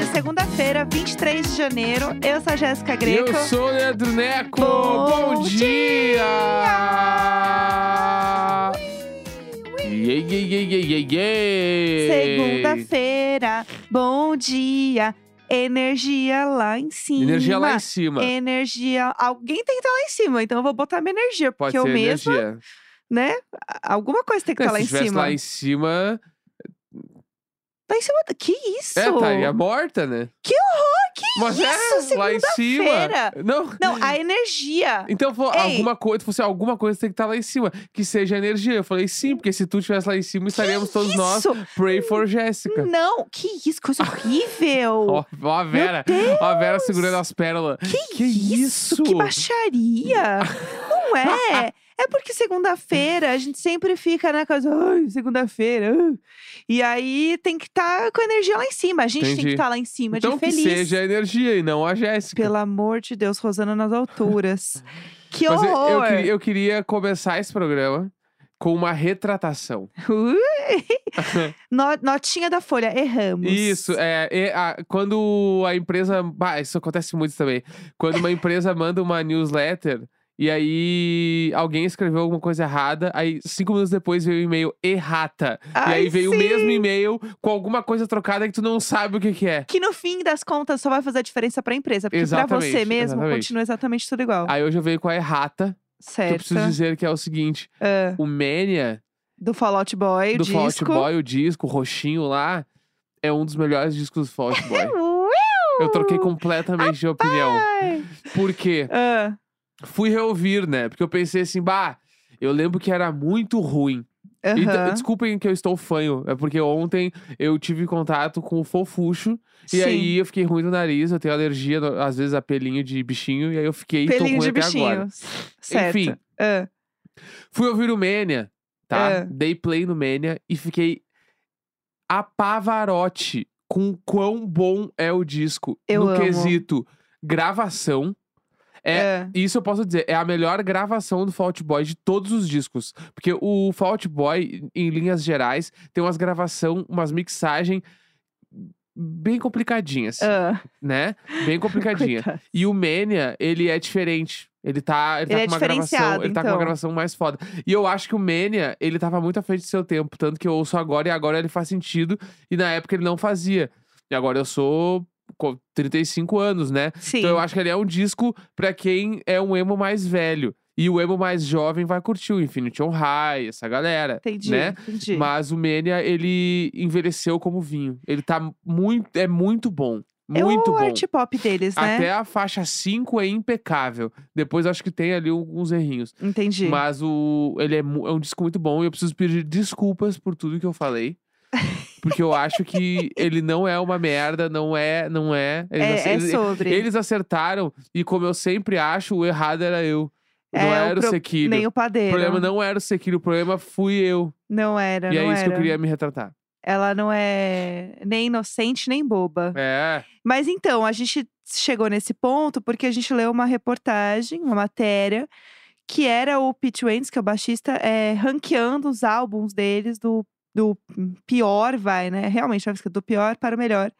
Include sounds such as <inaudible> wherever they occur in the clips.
é segunda-feira, 23 de janeiro. Eu sou a Jéssica Greco. Eu sou o Leandro Neco. Bom Bom, dia! Yei, yei, yei, yei, yei, yei! Segunda-feira, bom dia. Energia lá em cima. Energia lá em cima. Energia. Alguém tem que estar lá em cima, então eu vou botar minha energia, Pode porque eu ser mesmo, energia. né? Alguma coisa tem que É, estar lá se em estivesse cima. lá em cima. Lá em cima. do- Que isso? É, estaria morta, né? Que horror! Que Mas isso? é, lá em cima. Segunda-feira. Não. Não, a energia. Então, falou, Ei. alguma coisa, você alguma coisa tem que estar lá em cima, que seja energia. Eu falei, sim, porque se tu estivesse lá em cima, estaríamos todos nós. isso? Pray for Jéssica. Não, que isso, coisa horrível. <laughs> Ó, ó a Vera. Ó a Vera segurando as pérolas. Que, isso? Que baixaria! Não <laughs> é? É porque segunda-feira a gente sempre fica na coisa, ai, segunda-feira. ah." E aí tem que estar com a energia lá em cima. A gente tem que Entendi. estar lá em cima então de feliz. que seja a energia e não a Jéssica. Pelo amor de Deus, Rosana nas <laughs> alturas. que Mas eu- eu, horror! <laughs> queria, eu queria começar esse programa com <laughs> uma retratação. Ui! No- notinha da folha, erramos. Isso, é. e a- quando a empresa. bah, isso acontece muito também. Quando uma empresa manda uma newsletter e aí alguém escreveu alguma coisa errada, aí cinco minutos depois veio o e-mail errata. e Ai, aí veio sim. o mesmo e-mail com alguma coisa trocada que tu não sabe o que, que é. Que no fim das contas só vai fazer a diferença pra empresa. Porque pra você Exatamente, mesmo exatamente. continua exatamente tudo igual. Aí hoje eu veio com a errata, que eu certo. preciso dizer que é o seguinte: Ah, o Mania do Fallout Boy, o do disco. Fallout Boy, o disco, o roxinho lá, é um dos melhores discos do Fallout Boy. eu <laughs> troquei completamente de opinião. Ai. Por quê? Ah, fui reouvir, né? Porque eu pensei assim, bah, eu lembro que era muito ruim. E t- aham. desculpem que eu estou fanho, é porque ontem eu tive contato com o fofucho e Sim. aí eu fiquei ruim do nariz, eu tenho alergia, no- às vezes, a pelinho de bichinho, e aí eu fiquei tô Pelinho ruim de até então, agora. bichinho. Certo. Enfim. Ah, Fui ouvir o Mania, tá? É. Dei play no Mania e fiquei a pavarote com quão bom é o disco Eu no amo. quesito gravação. É ah, E Isso eu posso dizer, é a melhor gravação do Fault Boy de todos os discos. Porque o Fault Boy, em linhas gerais, tem umas gravação, umas mixagem bem complicadinhas, ah. né? Bem complicadinha. <laughs> Coitado. e o Mania, ele é diferente. Ele tá, ele tá Ele é com uma gravação, diferenciado, ele tá com uma então. gravação mais foda. E eu acho que o Mania, ele tava muito à frente do seu tempo, tanto que eu ouço agora e agora ele faz sentido, e na época ele não fazia. E agora eu sou com 35 anos, né? Sim. Então eu acho que ele é um disco pra quem é um emo mais velho. E o emo mais jovem vai curtir o Infinity on High, essa galera, Entendi, né? entendi. Mas o Mania, ele envelheceu como vinho. Ele tá muito, é muito bom, é muito o bom. art pop deles, né? Até a faixa 5 é impecável. Depois acho que tem ali um, alguns errinhos. Entendi. Mas o, ele é, mu- é um disco muito bom e eu preciso pedir desculpas por tudo que eu falei. <laughs> Porque eu acho que ele não é uma merda, não é, não é. Ele não- é, é ele- sobre. eles acertaram e, como eu sempre acho, o errado era eu. É, não o era o, pro- Sequilho. Nem o O padeiro. problema não era o Sequilho, o problema fui eu. Não era, e não é isso era. que eu queria me retratar. Ela não é nem inocente, nem boba. É. Mas então, a gente chegou nesse ponto porque a gente leu uma reportagem, uma matéria, que era o Pete Wentz, que é o baixista, é, ranqueando os álbuns deles do, do pior, vai, né? Realmente, a música do pior para o melhor.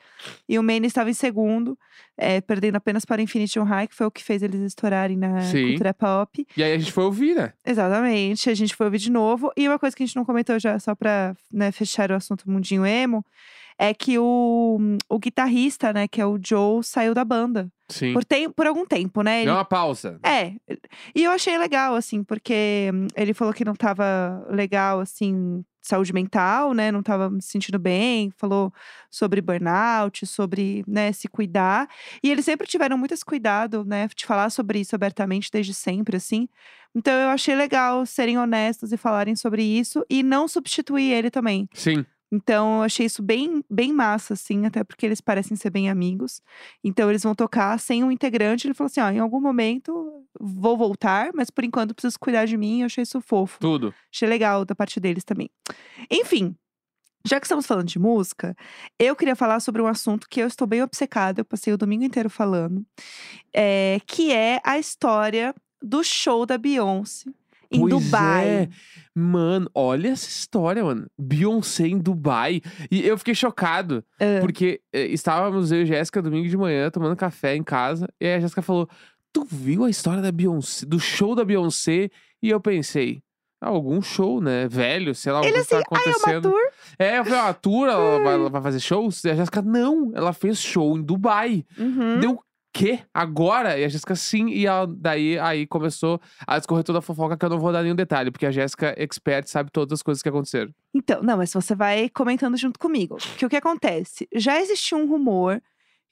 E o Mane estava em segundo, é, perdendo apenas para Infinity on High, que foi o que fez eles estourarem na Sim. cultura pop. E aí a gente foi ouvir, né? Exatamente, a gente foi ouvir de novo. E uma coisa que a gente não comentou já, só pra né, fechar o assunto mundinho emo, é que o, o guitarrista, né, que é o Joe, saiu da banda. Sim. Por, tem, por algum tempo, né? Ele- Deu uma pausa. É, e eu achei legal, assim, porque hum, ele falou que não tava legal, assim, saúde mental, né? Não tava me sentindo bem, falou sobre burnout, sobre, né, se cuidar. E eles sempre tiveram muito esse cuidado, né, de falar sobre isso abertamente desde sempre, assim. Então eu achei legal serem honestos e falarem sobre isso e não substituir ele também. Sim. Então, eu achei isso bem, bem massa, assim, até porque eles parecem ser bem amigos. Então, eles vão tocar sem um integrante. Ele falou assim: ó, em algum momento vou voltar, mas por enquanto preciso cuidar de mim. Eu achei isso fofo. Tudo. Achei legal da parte deles também. Enfim, já que estamos falando de música, eu queria falar sobre um assunto que eu estou bem obcecada, eu passei o domingo inteiro falando, é, que é a história do show da Beyoncé em Pois Dubai. é. Mano, olha essa história, mano. Beyoncé em Dubai. E eu fiquei chocado, Ah. porque eh, estávamos eu e Jéssica domingo de manhã tomando café em casa. E aí a Jéssica falou: Tu viu a história da Beyoncé, do show da Beyoncé? E eu pensei. "Ah, Algum show, né? Velho, sei lá, o que Ele assim, tá ah, é uma acontecendo. tour. é, eu falei, ah, tour, ela vai, ela vai fazer shows? E a Jéssica, não, ela fez show em Dubai. Uhum. Deu o quê? Agora? E a Jéssica, sim. E ela- daí aí começou a discorrer toda a fofoca, que eu não vou dar nenhum detalhe, porque a Jéssica, expert, sabe todas as coisas que aconteceram. Então, não, mas você vai comentando junto comigo. Que o que acontece? Já existia um rumor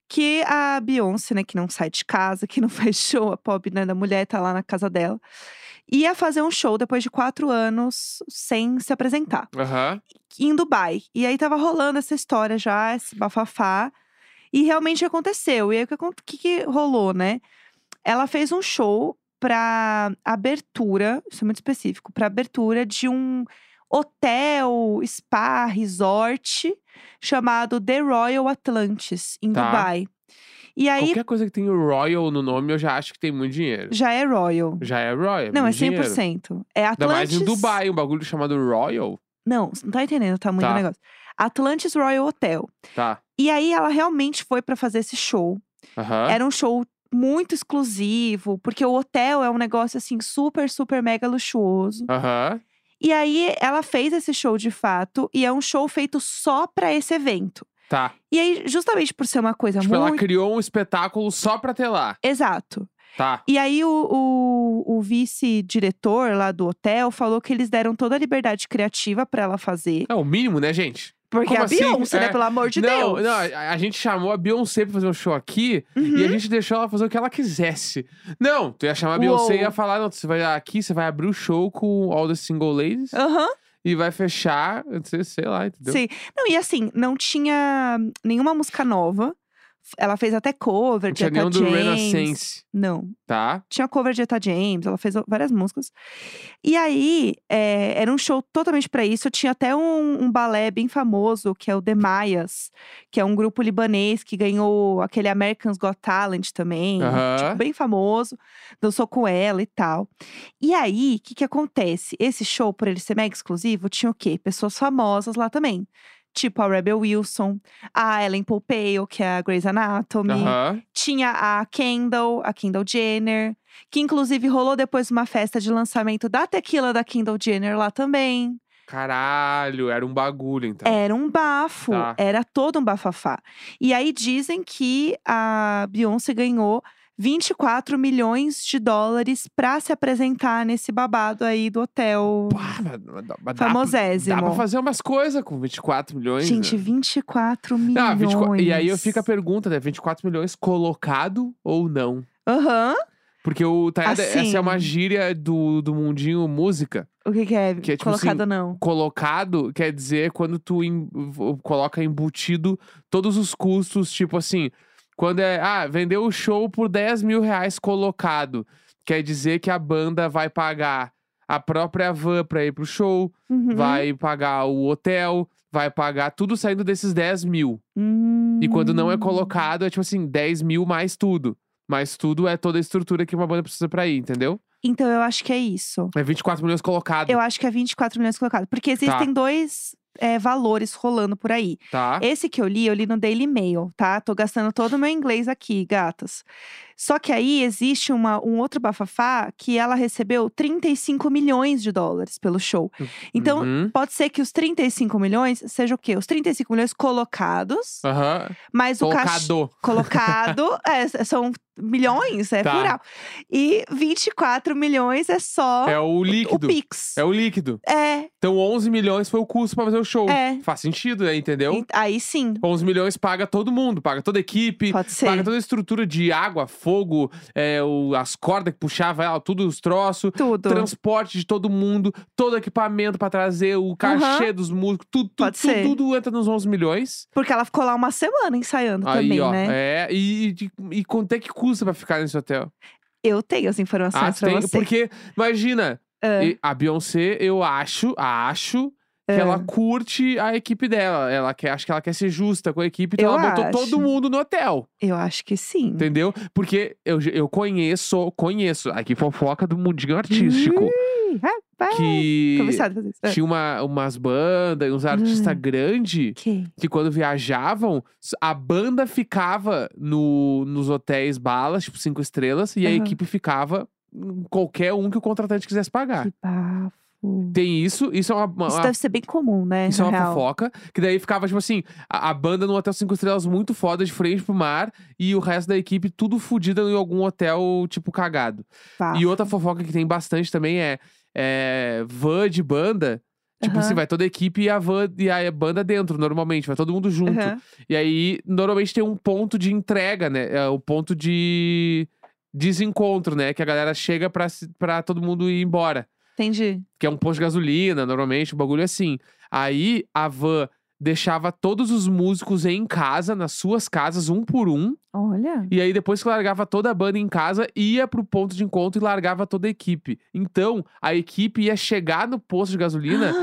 que a Beyoncé, né, que não sai de casa, que não <laughs> faz show, a pobre né, da mulher tá lá na casa dela, ia fazer um show depois de quatro anos sem se apresentar, Aham. em Dubai. E aí tava rolando essa história já, esse bafafá. E realmente aconteceu. E aí o que, acon- o que que rolou, né? Ela fez um show pra abertura, isso é muito específico, pra abertura de um hotel, spa, resort chamado The Royal Atlantis, em Tá. Dubai. E aí Qualquer coisa que tem o Royal no nome, eu já acho que tem muito dinheiro. já é Royal. Já é Royal. Não, é muito 100%. Dinheiro. É Ainda mais Atlantis. em Dubai, um bagulho chamado Royal. Não, você não tá entendendo o tamanho Tá. do negócio. Atlantis Royal Hotel. Tá. E aí ela realmente foi pra fazer esse show. Aham. Era um show muito exclusivo, porque o hotel é um negócio assim super, super mega luxuoso. Aham. E aí ela fez esse show de fato e é um show feito só pra esse evento. Tá. E aí justamente por ser uma coisa Tipo, ela É muito criou um espetáculo só pra ter lá. Exato. Tá. E aí, o, o- o vice-diretor lá do hotel falou que eles deram toda a liberdade criativa pra ela fazer. É o mínimo, né, gente? Porque Como a assim? Beyoncé, É. né? Pelo amor de não, Deus. Uhum. não, a, a gente chamou a Beyoncé pra fazer um show aqui e a gente deixou ela fazer o que ela quisesse. Não, tu ia chamar a Beyoncé e ia Uou. falar: não, você vai aqui, você vai abrir o show com All the Single Ladies Aham, e vai fechar, eu sei, sei lá, entendeu? Ah. sim. Não, e assim, não tinha nenhuma música nova. F- Ela fez até cover Não de tinha Etta nenhum do James. Renaissance, Não, tá? tinha cover de Etta James, ela fez o- várias músicas. E aí, é, era um show totalmente pra isso. Tinha até um, um balé bem famoso, que é o The Mayas, que é um grupo libanês que ganhou aquele Americans Got Talent também. Aham. Tipo, bem famoso. Dançou com ela e tal. E aí, o que, que acontece? Esse show, por ele ser mega exclusivo, tinha o quê? Pessoas famosas lá também. Tipo a Rebel Wilson, a Ellen Pompeo, que é a Grey's Anatomy Aham. tinha a Kendall, a Kendall Jenner, que inclusive rolou depois uma festa de lançamento da tequila da Kendall Jenner lá também. Caralho, era um bagulho, então. Era um bafo, Tá. era todo um bafafá. E aí dizem que a Beyoncé ganhou 24 milhões de dólares pra se apresentar nesse babado aí do hotel. Pá, mas- mas dá- mas dá pra- Famosésimo. Dá pra fazer umas coisas com 24 milhões. Gente, né? 24 milhões. Não, 24 E aí eu fico a pergunta, né? 24 milhões colocado ou não? Aham. Porque o Tayada, essa é uma Assim. gíria do, do mundinho música. O que, que é? Que é tipo assim, Colocado ou não? Colocado quer dizer quando tu em- v- coloca embutido todos os custos, tipo assim, quando é, ah, vendeu o show por 10 mil reais colocado. Quer dizer que a banda vai pagar a própria van pra ir pro show, Uhum. vai pagar o hotel, vai pagar tudo saindo desses 10 mil. Hum. E quando não é colocado, é tipo assim, 10 mil mais tudo. Mas tudo é toda a estrutura que uma banda precisa pra ir, entendeu? Então eu acho que é isso. É 24 milhões colocado, Eu acho que é 24 milhões colocados. Porque existem dois é, valores rolando por aí. tá? Esse que eu li, eu li no Daily Mail, tá? Tô gastando todo o meu inglês aqui, gatas. Só que aí existe uma, um outro bafafá que ela recebeu 35 milhões de dólares pelo show. Então, Uhum. pode ser que os 35 milhões seja o quê? Os 35 milhões colocados, Aham. mas o cachê. Ah, Colocado. <laughs> Colocado, é, s- são milhões, é Tá. plural. E 24 milhões é só É o líquido. o Pix. É o líquido. É, Então 11 milhões foi o custo pra fazer o show. É. Faz sentido, né? Entendeu? ent- aí sim, 11 milhões paga todo mundo, paga toda a equipe, pode ser. paga toda a estrutura de água, fogo, é, o- as cordas que puxava, ela, tudo os troços. Tudo. Transporte de todo mundo, todo equipamento pra trazer, o cachê dos músicos, tudo, tudo, Pode tudo, ser. tudo entra nos 11 milhões. Porque ela ficou lá uma semana ensaiando Aí, também, ó. né? É, e, e, e quanto é que custa pra ficar nesse hotel? Eu tenho as Ah, informações tu Tá pra tem- você. Ah. porque, imagina, e- a Beyoncé, eu acho, acho que Ah. ela curte a equipe dela. Ela quer, acho que ela quer ser justa com a equipe, então Eu ela botou acho. todo mundo no hotel, Eu acho que sim. Uhum. entendeu? Porque eu, eu conheço, conheço, aqui fofoca do mundinho artístico. Ih, rapaz. que Tô viciada em fazer isso. Ah, tinha uma, umas bandas, uns artistas Hum. grandes ok. que quando viajavam, s- a banda ficava no, nos hotéis balas, tipo cinco estrelas, e a Aham. equipe ficava em qualquer um que o contratante quisesse pagar. Ah, Que bafo. Ah. Tem isso, isso é uma, uma- Isso uma- deve ser bem comum, né? isso é na uma real. fofoca, que daí ficava, tipo assim, a, a banda num hotel cinco estrelas muito foda, de frente pro mar, e o resto da equipe tudo fodida em algum hotel, tipo, cagado. Bafo. E outra fofoca que tem bastante também é, é van de banda. Tipo Aham. assim, vai toda a equipe e a van e a banda dentro, normalmente, vai todo mundo junto. Aham. E aí, normalmente tem um ponto de entrega, né? É o ponto de desencontro, né? Que a galera chega pra, se- pra todo mundo ir embora Entendi. que é um posto de gasolina, normalmente, um bagulho assim. Aí a van deixava todos os músicos em casa, nas suas casas, um por um. Olha. E aí, depois que largava toda a banda em casa, ia pro ponto de encontro e largava toda a equipe. Então, a equipe ia chegar no posto <gasps> de gasolina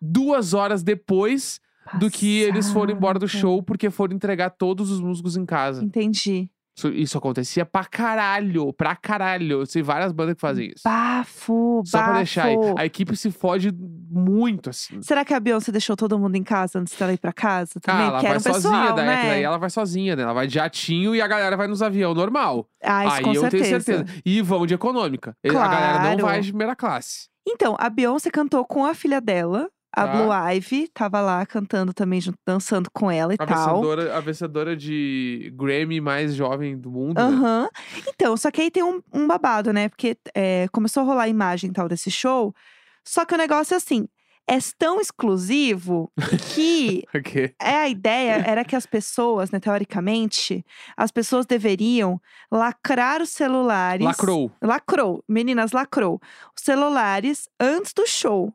duas horas depois do que eles foram embora do Ah, Passada. show, porque foram entregar todos os músicos em casa. Entendi. Isso, isso acontecia pra caralho, pra caralho. Eu sei várias bandas que fazem isso. Bafo, Só bafo. pra deixar aí. A equipe se foge muito, assim. Será que a Beyoncé deixou todo mundo em casa antes dela ir pra casa também? Ah, ela Porque vai era um pessoal, sozinha, daí, né? daí ela vai sozinha, né? Ela vai de jatinho e a galera vai nos avião normal. Ah, isso Aí com eu certeza. tenho certeza. E vão de econômica. E- A galera Claro. não vai de primeira classe. Então, a Beyoncé cantou com a filha dela, a Tá. Blue Ivy, tava lá cantando também, junto, dançando com ela e A tal. vencedora, a vencedora de Grammy mais jovem do mundo. né? Aham. Então, só que aí tem um, um babado, né? Porque é, começou a rolar a imagem e tal desse show. Só que o negócio é assim: é tão exclusivo <laughs> que Porque é, a ideia era que as pessoas, né, teoricamente, as pessoas deveriam lacrar os celulares. lacrou. Lacrou, meninas, lacrou. Os celulares antes do show.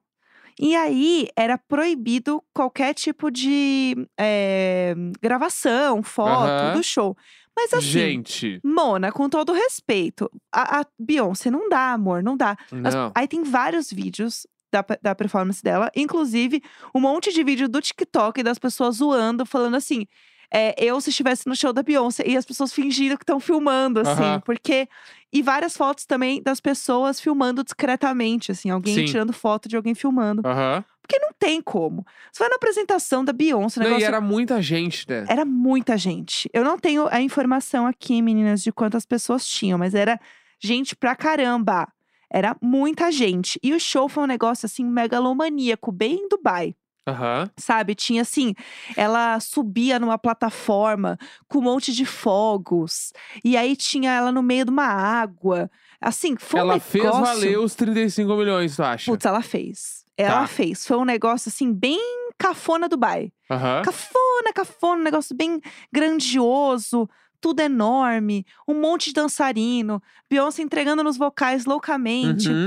E aí era proibido qualquer tipo de é, gravação, foto Aham. do show. Mas assim, Gente, Mona, com todo respeito, a, a Beyoncé não dá, amor, não dá. As- não. aí tem vários vídeos da, pe- da performance dela, inclusive um monte de vídeo do TikTok das pessoas zoando, falando assim. é, eu se estivesse no show da Beyoncé e as pessoas fingindo que estão filmando, assim, Aham. porque. E várias fotos também das pessoas filmando discretamente, assim, alguém Sim. tirando foto de alguém filmando. Aham. Porque não tem como. Você vai na apresentação da Beyoncé, o Não, negócio E era muita gente, né? era muita gente. Eu não tenho a informação aqui, meninas, de quantas pessoas tinham, mas era gente pra caramba. Era muita gente. E o show foi um negócio assim megalomaníaco, bem em Dubai. Aham. Sabe, tinha assim, ela subia numa plataforma com um monte de fogos. E aí tinha ela no meio de uma água. Assim, foi um Ela negócio... fez valer os 35 milhões, tu acha? Putz, ela fez. Ela Tá. fez. Foi um negócio assim, bem cafona Dubai. Aham. Cafona, cafona, um negócio bem grandioso, tudo enorme, um monte de dançarino, Beyoncé entregando nos vocais loucamente. Uhum.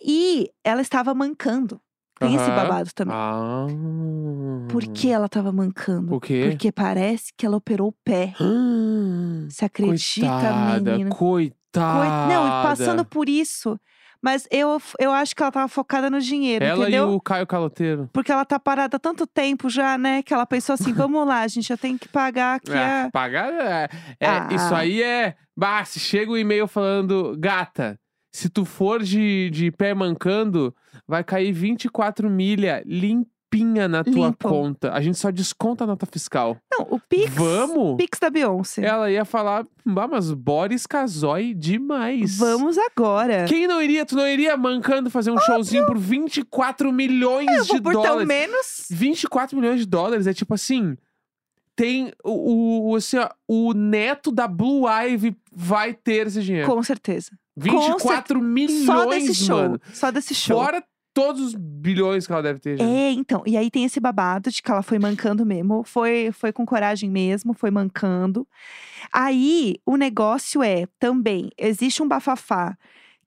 E ela estava mancando. Tem esse Aham. babado também. Ah. Por que ela estava mancando? Por quê? Porque parece que ela operou o pé. Ah. Você acredita, <gasps> coitada, menino? Coitada. Coi- Não, e passando por isso. Mas eu, eu acho que ela tava focada no dinheiro, Ela entendeu? e o Caio Caloteiro. Porque ela tá parada há tanto tempo já, né? Que ela pensou <laughs> assim: vamos lá, gente, eu tenho que pagar aqui a. Ah, pagar. É, é, Ah. Isso aí é. Bah, se chega o e-mail falando, gata, se tu for de, de pé mancando, vai cair 24 milha limpinha na tua Limpo. conta. A gente só desconta a nota fiscal. Não, o Pix. Vamos? É Pix da Beyoncé. Ela ia falar, bah, mas Boris Casói demais. Vamos né? agora. Quem não iria? Tu não iria mancando fazer um showzinho por 24 milhões Eu de vou por tão dólares? menos. 24 milhões de dólares é tipo assim. Tem o, o, assim, ó, o neto da Blue Ivy vai ter esse dinheiro. Com certeza. 24 É. milhões, Só desse show. mano. Só desse show. Fora todos os bilhões que ela deve ter. gente. É, então. E aí tem esse babado de que ela foi mancando mesmo. Foi, foi com coragem mesmo, foi mancando. Aí o negócio é também: existe um bafafá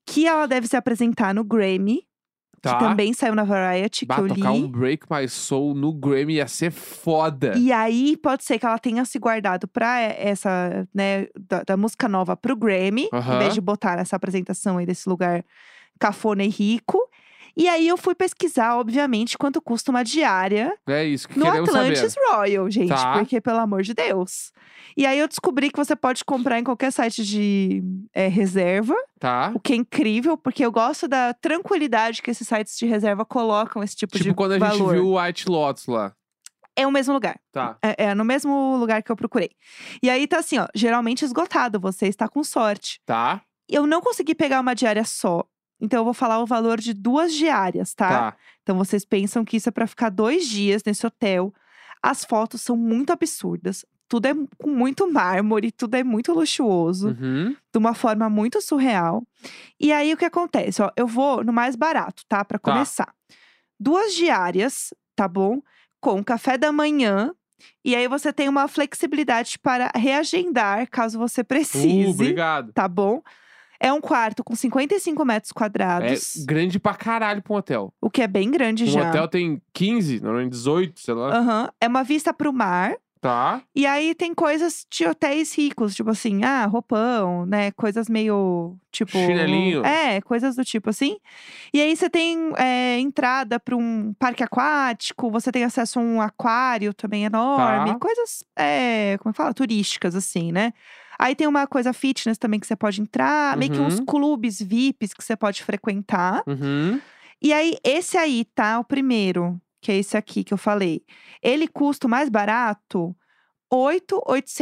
que ela deve se apresentar no Grammy, tá? que também saiu na Variety, Bah, que eu li. tocar um Break My Soul no Grammy ia ser foda. E aí pode ser que ela tenha se guardado pra essa, né, da, da música nova pro Grammy, em Aham. vez de botar nessa apresentação aí desse lugar cafona e rico. E aí eu fui pesquisar, obviamente, quanto custa uma diária É isso que no queremos Atlantis saber. Royal, gente, Tá. porque pelo amor de Deus. E aí eu descobri que você pode comprar em qualquer site de é, reserva, Tá? o que é incrível, porque eu gosto da tranquilidade que esses sites de reserva colocam esse tipo, de Tipo quando a valor. gente viu o White Lotus lá. É o mesmo lugar. Tá. É, é no mesmo lugar que eu procurei. E aí tá assim, ó, geralmente esgotado, você está com sorte. Tá? Eu não consegui pegar uma diária só. Então eu vou falar o valor de duas diárias, tá? Tá. Então vocês pensam que isso é pra ficar dois dias nesse hotel. As fotos são muito absurdas. Tudo é com muito mármore, tudo é muito luxuoso, Uhum. de uma forma muito surreal. E aí o que acontece? Ó, eu vou no mais barato, tá? Pra Tá. começar. Duas diárias, tá bom? Com café da manhã. E aí você tem uma flexibilidade para reagendar caso você Uh, precise, obrigado. tá bom? É um quarto com 55 metros É quadrados, grande pra caralho pra um hotel. o que é bem grande Um já. hotel tem 15, normalmente 18, sei lá. Aham. É uma vista pro mar. Tá. E aí tem coisas de hotéis ricos, tipo assim, ah, roupão, né? Coisas meio tipo. Chinelinho. É, coisas do tipo assim. E aí você tem é, entrada para um parque aquático, você tem acesso a um aquário também enorme, Tá. coisas, é, como é que fala? Turísticas, assim, né? Aí tem uma coisa fitness também que você pode entrar, meio que uns Uhum. clubes VIPs que você pode frequentar. Uhum. E aí, esse aí, tá? O primeiro, que é esse aqui que eu falei. Ele custa o mais barato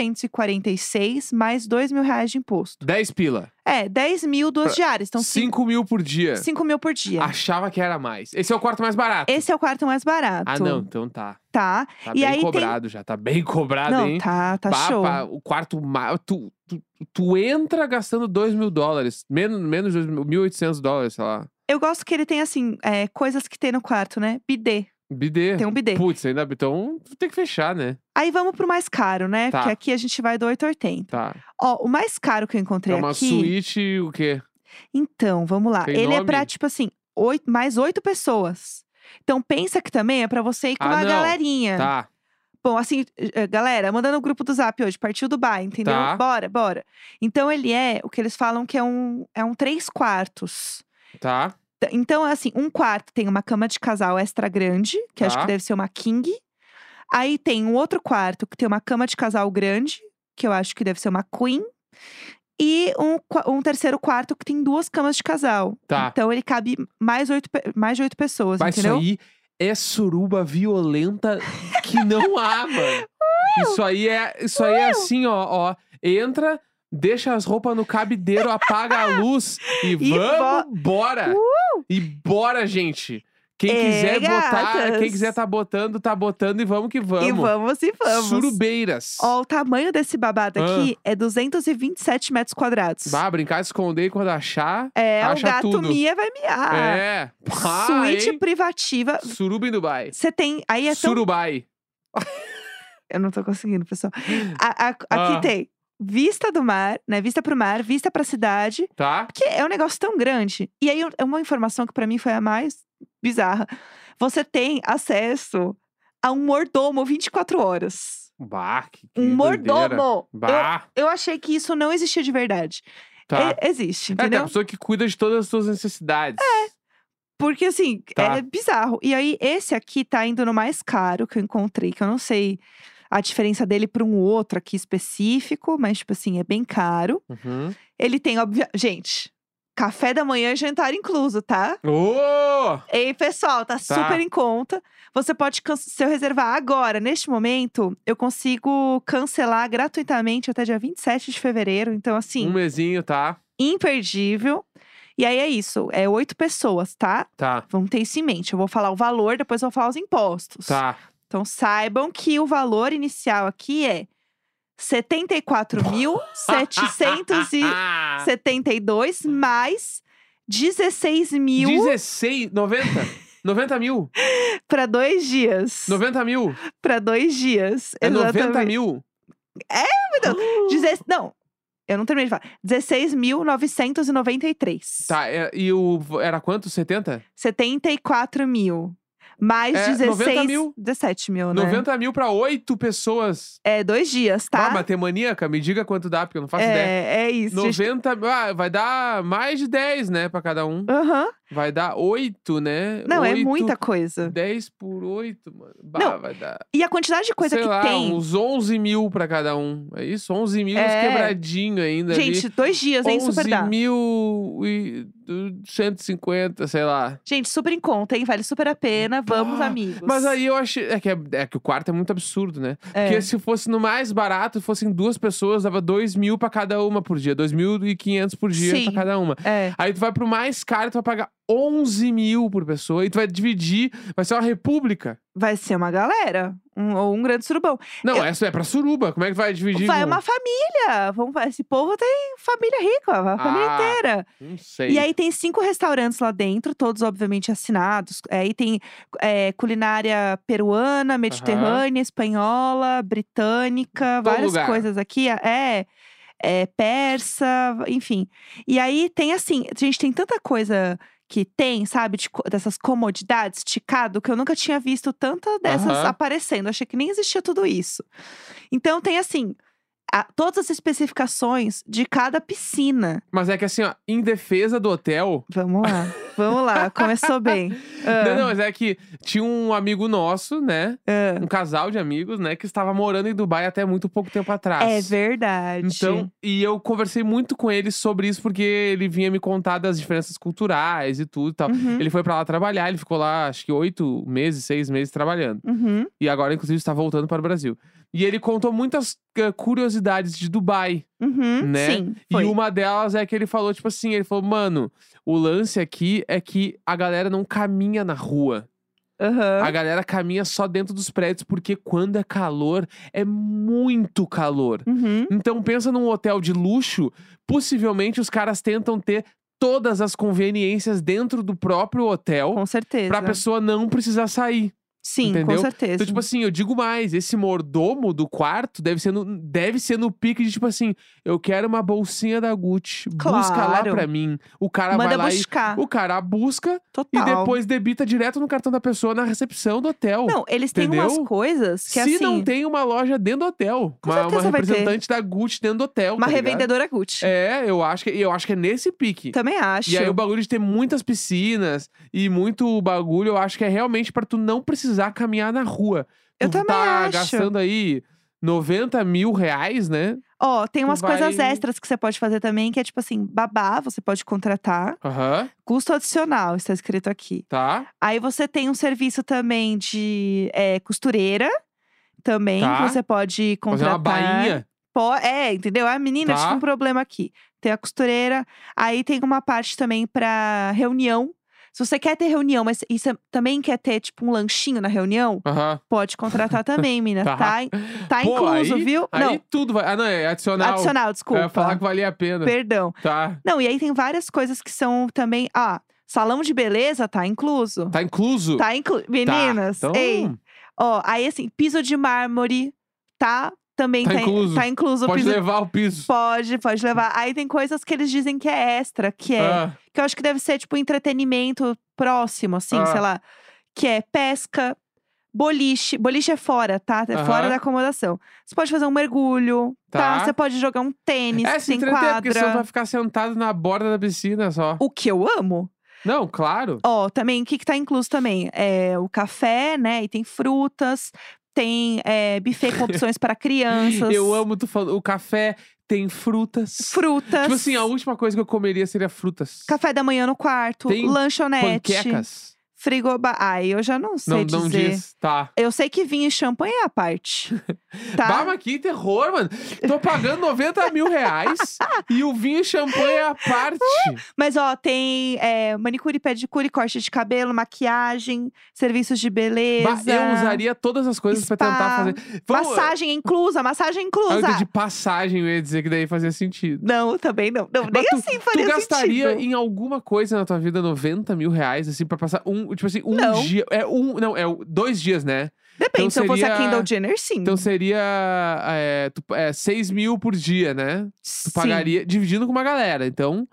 8,846 mais 2 mil reais de imposto. 10 pila. É, 10 mil, duas Pra- Ah, diárias. Então, 5 5 mil por dia. mil por dia. Achava que era mais. Esse é o quarto mais barato. Esse é o quarto mais barato. Ah, não, então tá. Tá? Tá E bem aí tem- cobrado já. Tá bem cobrado, não, hein? tá, tá Pá, show. pá, o quarto ma- tu, tu, tu entra gastando 2 mil dólares. Menos, menos de 1.800 dólares, sei lá. Eu gosto que ele tem, assim, é, coisas que tem no quarto, né? Bidê. BD. Tem um bidê. Putz, ainda. Então tem que fechar, né? Aí vamos pro mais caro, né? Tá. Porque aqui a gente vai do 880. Tá. Ó, o mais caro que eu encontrei É uma aqui. suíte, o quê? Então, vamos lá. Tem ele é pra, nome? tipo assim, oito, mais oito pessoas. Então, pensa que também é pra você ir com Ah, uma não. galerinha. Tá. Bom, assim, eh, galera, mandando o grupo do Zap hoje, partiu Dubai, entendeu? Tá. Bora, bora. Então, ele é o que eles falam que é um, é um três quartos. Tá. T- Então, assim, um quarto tem uma cama de casal extra grande, que acho Tá. que deve ser uma king. Aí tem um outro quarto que tem uma cama de casal grande, que eu acho que deve ser uma queen. E um, qua- um terceiro quarto que tem duas camas de casal. Tá. Então ele cabe mais, oito, pe- mais de oito pessoas, Mas isso entendeu? aí é suruba violenta que não há, mano. Isso aí é, isso aí é assim, ó, ó. Entra, deixa as roupas no cabideiro, <laughs> apaga a luz e, E vamos bora. E bora, gente. Quem É, quiser botar, gatas. quem quiser tá botando, tá botando e vamos que vamos. E vamos e vamos. Surubeiras. Ó, o tamanho desse babado Ah. aqui é 227 metros quadrados. Vá brincar, esconder e quando achar. é, o acha gato tudo. mia vai miar. É. Pá, Ah. Suíte hein? privativa. Suruba em Dubai. Você tem. Aí é tão Surubai. Eu não tô conseguindo, pessoal. A- a- aqui Hum. Ah. tem vista do mar, né? Vista pro mar, vista pra cidade. Tá? Porque é um negócio tão grande. E aí, é uma informação que pra mim foi a mais bizarra. Você tem acesso a um mordomo 24 horas. Bah, que, que Um doideira. mordomo! Eu, Bah, eu achei que isso não existia de verdade. tá. E- <laughs> existe, É, tem a entendeu? É. pessoa que cuida de todas as suas necessidades. Porque assim, Tá. é bizarro. E aí, esse aqui tá indo no mais caro que eu encontrei, que eu não sei a diferença dele pra um outro aqui específico, mas, tipo assim, é bem caro. Uhum. Ele tem, obvia... gente, café da manhã e jantar incluso, tá? Ô! Ei, pessoal, tá, super em conta. Você pode, can- se eu reservar agora, neste momento, eu consigo cancelar gratuitamente até dia 27 de fevereiro. Então, assim, Um mesinho, tá? imperdível. E aí é isso, é oito pessoas, tá? Tá, Vamos ter isso em mente. Eu vou falar o valor, depois eu vou falar os impostos. tá. Então saibam que o valor inicial aqui é 74.772 <laughs> Ah! <laughs> mais 16 mil 16, 90? 90 mil? para dois dias. 90 mil? Para dois dias. É 90 exatamente. mil? Deze- Não, eu não terminei de falar. 16.993. Tá, é- e o. Era quanto? 70? Né? 74 mil. Mais É, 90 16. mil. 17 mil, né? 90 mil pra 8 pessoas. É, dois dias, tá? Ah, maníaca, me diga quanto dá, porque eu não faço ideia. é, é isso. gente. 90. Ah, vai dar mais de 10, né, pra cada um. Aham. Vai dar oito, né? Não, é Oito, muita coisa. 10 por 8, mano. Bah, Não, vai dar. E a quantidade de coisa sei que lá, tem. uns 11 mil pra cada um. É isso? 11 mil uns É. quebradinho ainda. ali. Gente, dois dias, hein? Super dá. mil e du- 150, sei lá. Gente, super em conta, hein? Vale super a pena. Vamos, Bah, amigos. Mas aí eu achei. É que, é, é que o quarto é muito absurdo, né? É. Porque se fosse no mais barato, fossem duas pessoas, dava 2 mil pra cada uma por dia. 2.500 por dia Sim. pra cada uma. É. Aí tu vai pro mais caro, tu vai pagar 11 mil por pessoa. E tu vai dividir, vai ser uma república. Vai ser uma galera. Um, ou um grande surubão. Não, Eu- essa é pra suruba. Como é que vai dividir? Vai com- uma família. Vamos, vai- esse povo tem família rica, a família Ah, inteira. Não sei. E aí tem cinco restaurantes lá dentro, todos obviamente assinados. Aí tem é, culinária peruana, mediterrânea, espanhola, britânica, Todo várias lugar. coisas aqui. É, é, persa, enfim. E aí tem assim, gente, tem tanta coisa que tem, sabe, de co- dessas comodidades, ticado, que eu nunca tinha visto tanta dessas Aham. aparecendo. Achei que nem existia tudo isso. Então tem assim. a- todas as especificações de cada piscina. Mas é que assim, ó, em defesa do hotel. Vamos lá, vamos lá. Começou <laughs> bem. Ah, Não, não, mas é que tinha um amigo nosso, né? ah. Um casal de amigos, né? Que estava morando em Dubai até muito pouco tempo atrás. É verdade. Então, e eu conversei muito com ele sobre isso, porque ele vinha me contar das diferenças culturais e tudo e tal. Uhum, Ele foi pra lá trabalhar, ele ficou lá acho que oito meses, seis meses trabalhando. uhum. E agora, inclusive, está voltando para o Brasil. E ele contou muitas eh, curiosidades de Dubai. Uhum, Né? Sim, foi. E uma delas é que ele falou, tipo assim, ele falou, mano, o lance aqui é que a galera não caminha na rua. Aham. A galera caminha só dentro dos prédios, porque quando é calor, é muito calor. Uhum. Então pensa num hotel de luxo, possivelmente os caras tentam ter todas as conveniências dentro do próprio hotel Com certeza. pra pessoa não precisar sair. Sim, entendeu? com certeza. Então, tipo assim, eu digo mais, esse mordomo do quarto deve ser no, deve ser no pique de tipo assim, eu quero uma bolsinha da Gucci, busca lá Claro. pra mim. O cara Manda vai lá buscar. e o cara busca Total. e depois debita direto no cartão da pessoa na recepção do hotel. Não, eles têm Entendeu? umas coisas que Se assim. não tem uma loja dentro do hotel, Com uma, uma certeza vai ter. representante da Gucci dentro do hotel. uma tá ligado? revendedora Gucci. É, eu acho que, eu acho que é nesse pique. Também acho. E aí o bagulho de ter muitas piscinas e muito bagulho, eu acho que é realmente pra tu não precisar caminhar na rua. Eu tu também tá acho. gastando aí 90 mil reais, né? Ó, tem tu umas coisas vai- extras que você pode fazer também, que é tipo assim, babá, você pode contratar. Aham, Custo adicional, está escrito aqui. tá. Aí você tem um serviço também de é, costureira. Também, Tá. que você pode Fazer uma contratar. bainha. Po- é, entendeu? A menina Tá. tinha um problema aqui. Tem a costureira. Aí tem uma parte também pra reunião. Se você quer ter reunião, mas e você também quer ter, tipo, um lanchinho na reunião, Aham. pode contratar também, menina. <laughs> Tá. Tá, in- tá Pô, incluso, aí- viu? Aí não, tudo vai. Ah, não, é adicional. adicional, Eu desculpa. ia falar que valia a pena. Perdão. Tá. Não, e aí tem várias coisas que são também. Ah, salão de beleza tá incluso. Tá incluso? Tá incluso. Tá. Meninas, Então, ei. Ó, aí assim, piso de mármore tá também Tá tá, incluso. tá incluso o pode piso levar o piso. Pode, pode levar. Aí tem coisas que eles dizem que é extra, que é. Ah, Que eu acho que deve ser, tipo, entretenimento próximo, assim, Ah. sei lá. Que é pesca, boliche. Boliche é fora, tá? É Aham. fora da acomodação. Você pode fazer um mergulho, tá? Tá. Você pode jogar um tênis, é, que se tem entreter, porque você quadra. vai ficar sentado na borda da piscina só. O que eu amo. Não, claro. Ó, também, o que, que tá incluso também? É o café, né? E tem frutas, tem é, buffet <laughs> com opções para crianças. Eu amo tu falando. O café tem frutas. Frutas. Tipo assim, a última coisa que eu comeria seria frutas. Café da manhã no quarto, Tem lanchonete. Panquecas. Frigobar. Ai, eu já não sei Não, dizer. não diz. Tá. Eu sei que vinho e champanhe é a <laughs> parte. Tá? Bah, mas que terror, mano. Tô pagando 90 mil reais e o vinho e champanhe é a parte. Mas, ó, tem é, manicure, pedicure, corte de cabelo, maquiagem, serviços de beleza. Bah, eu usaria todas as coisas pra Spa. tentar fazer. Vamos, uh, Massagem inclusa, massagem Ah, eu inclusa. entendi passagem, eu ia dizer que daí fazia sentido. Não, também não. Não, nem tu- assim Tu faria gastaria sentido. em alguma coisa na tua vida 90 mil reais, assim, pra passar um. Tipo assim, um Não. dia. É um. Não, é o- dois dias, né? Depende, então se eu fosse seria- a Kendall Jenner, sim. Então seria. É, tu, é, 6 mil por dia, né? Tu sim. pagaria. Dividindo com uma galera. Então.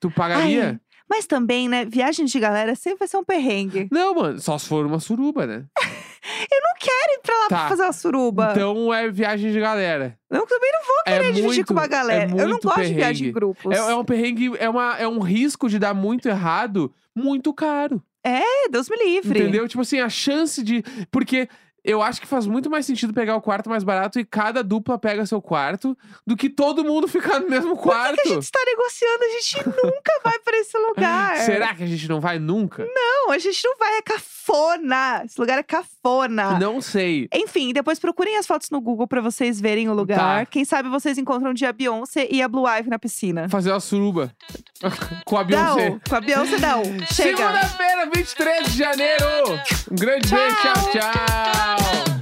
Tu pagaria. Ai, mas também, né, viagem de galera sempre vai ser um perrengue. Não, mano, só se for uma suruba, né? Eu não quero ir pra lá Tá. pra fazer uma suruba. Então é viagem de galera. Eu também não vou não querer é dividir muito- com uma é galera. eu não muito gosto de viagem em perrengue. grupos. É, é um perrengue, é, uma, é um risco de dar muito errado, muito caro. É, Deus me livre. Entendeu? Tipo assim, a chance de. Porque eu acho que faz muito mais sentido pegar o quarto mais barato e cada dupla pega seu quarto do que todo mundo <laughs> ficar no mesmo Por é que que a quarto. gente está negociando? A <laughs> gente nunca vai pra esse lugar. Será que a gente não vai nunca? Não, a gente não vai, é cafona. Esse lugar é cafona. Não sei. Enfim, depois procurem as fotos no Google pra vocês verem o lugar. Tá. Quem sabe vocês encontram um dia a Beyoncé e a Blue Ivy na piscina. Fazer uma suruba <laughs> com a Beyoncé. Não, com a Beyoncé não. Chega. Um Segunda-feira, 23 de janeiro. Um grande beijo. Tchau, tchau.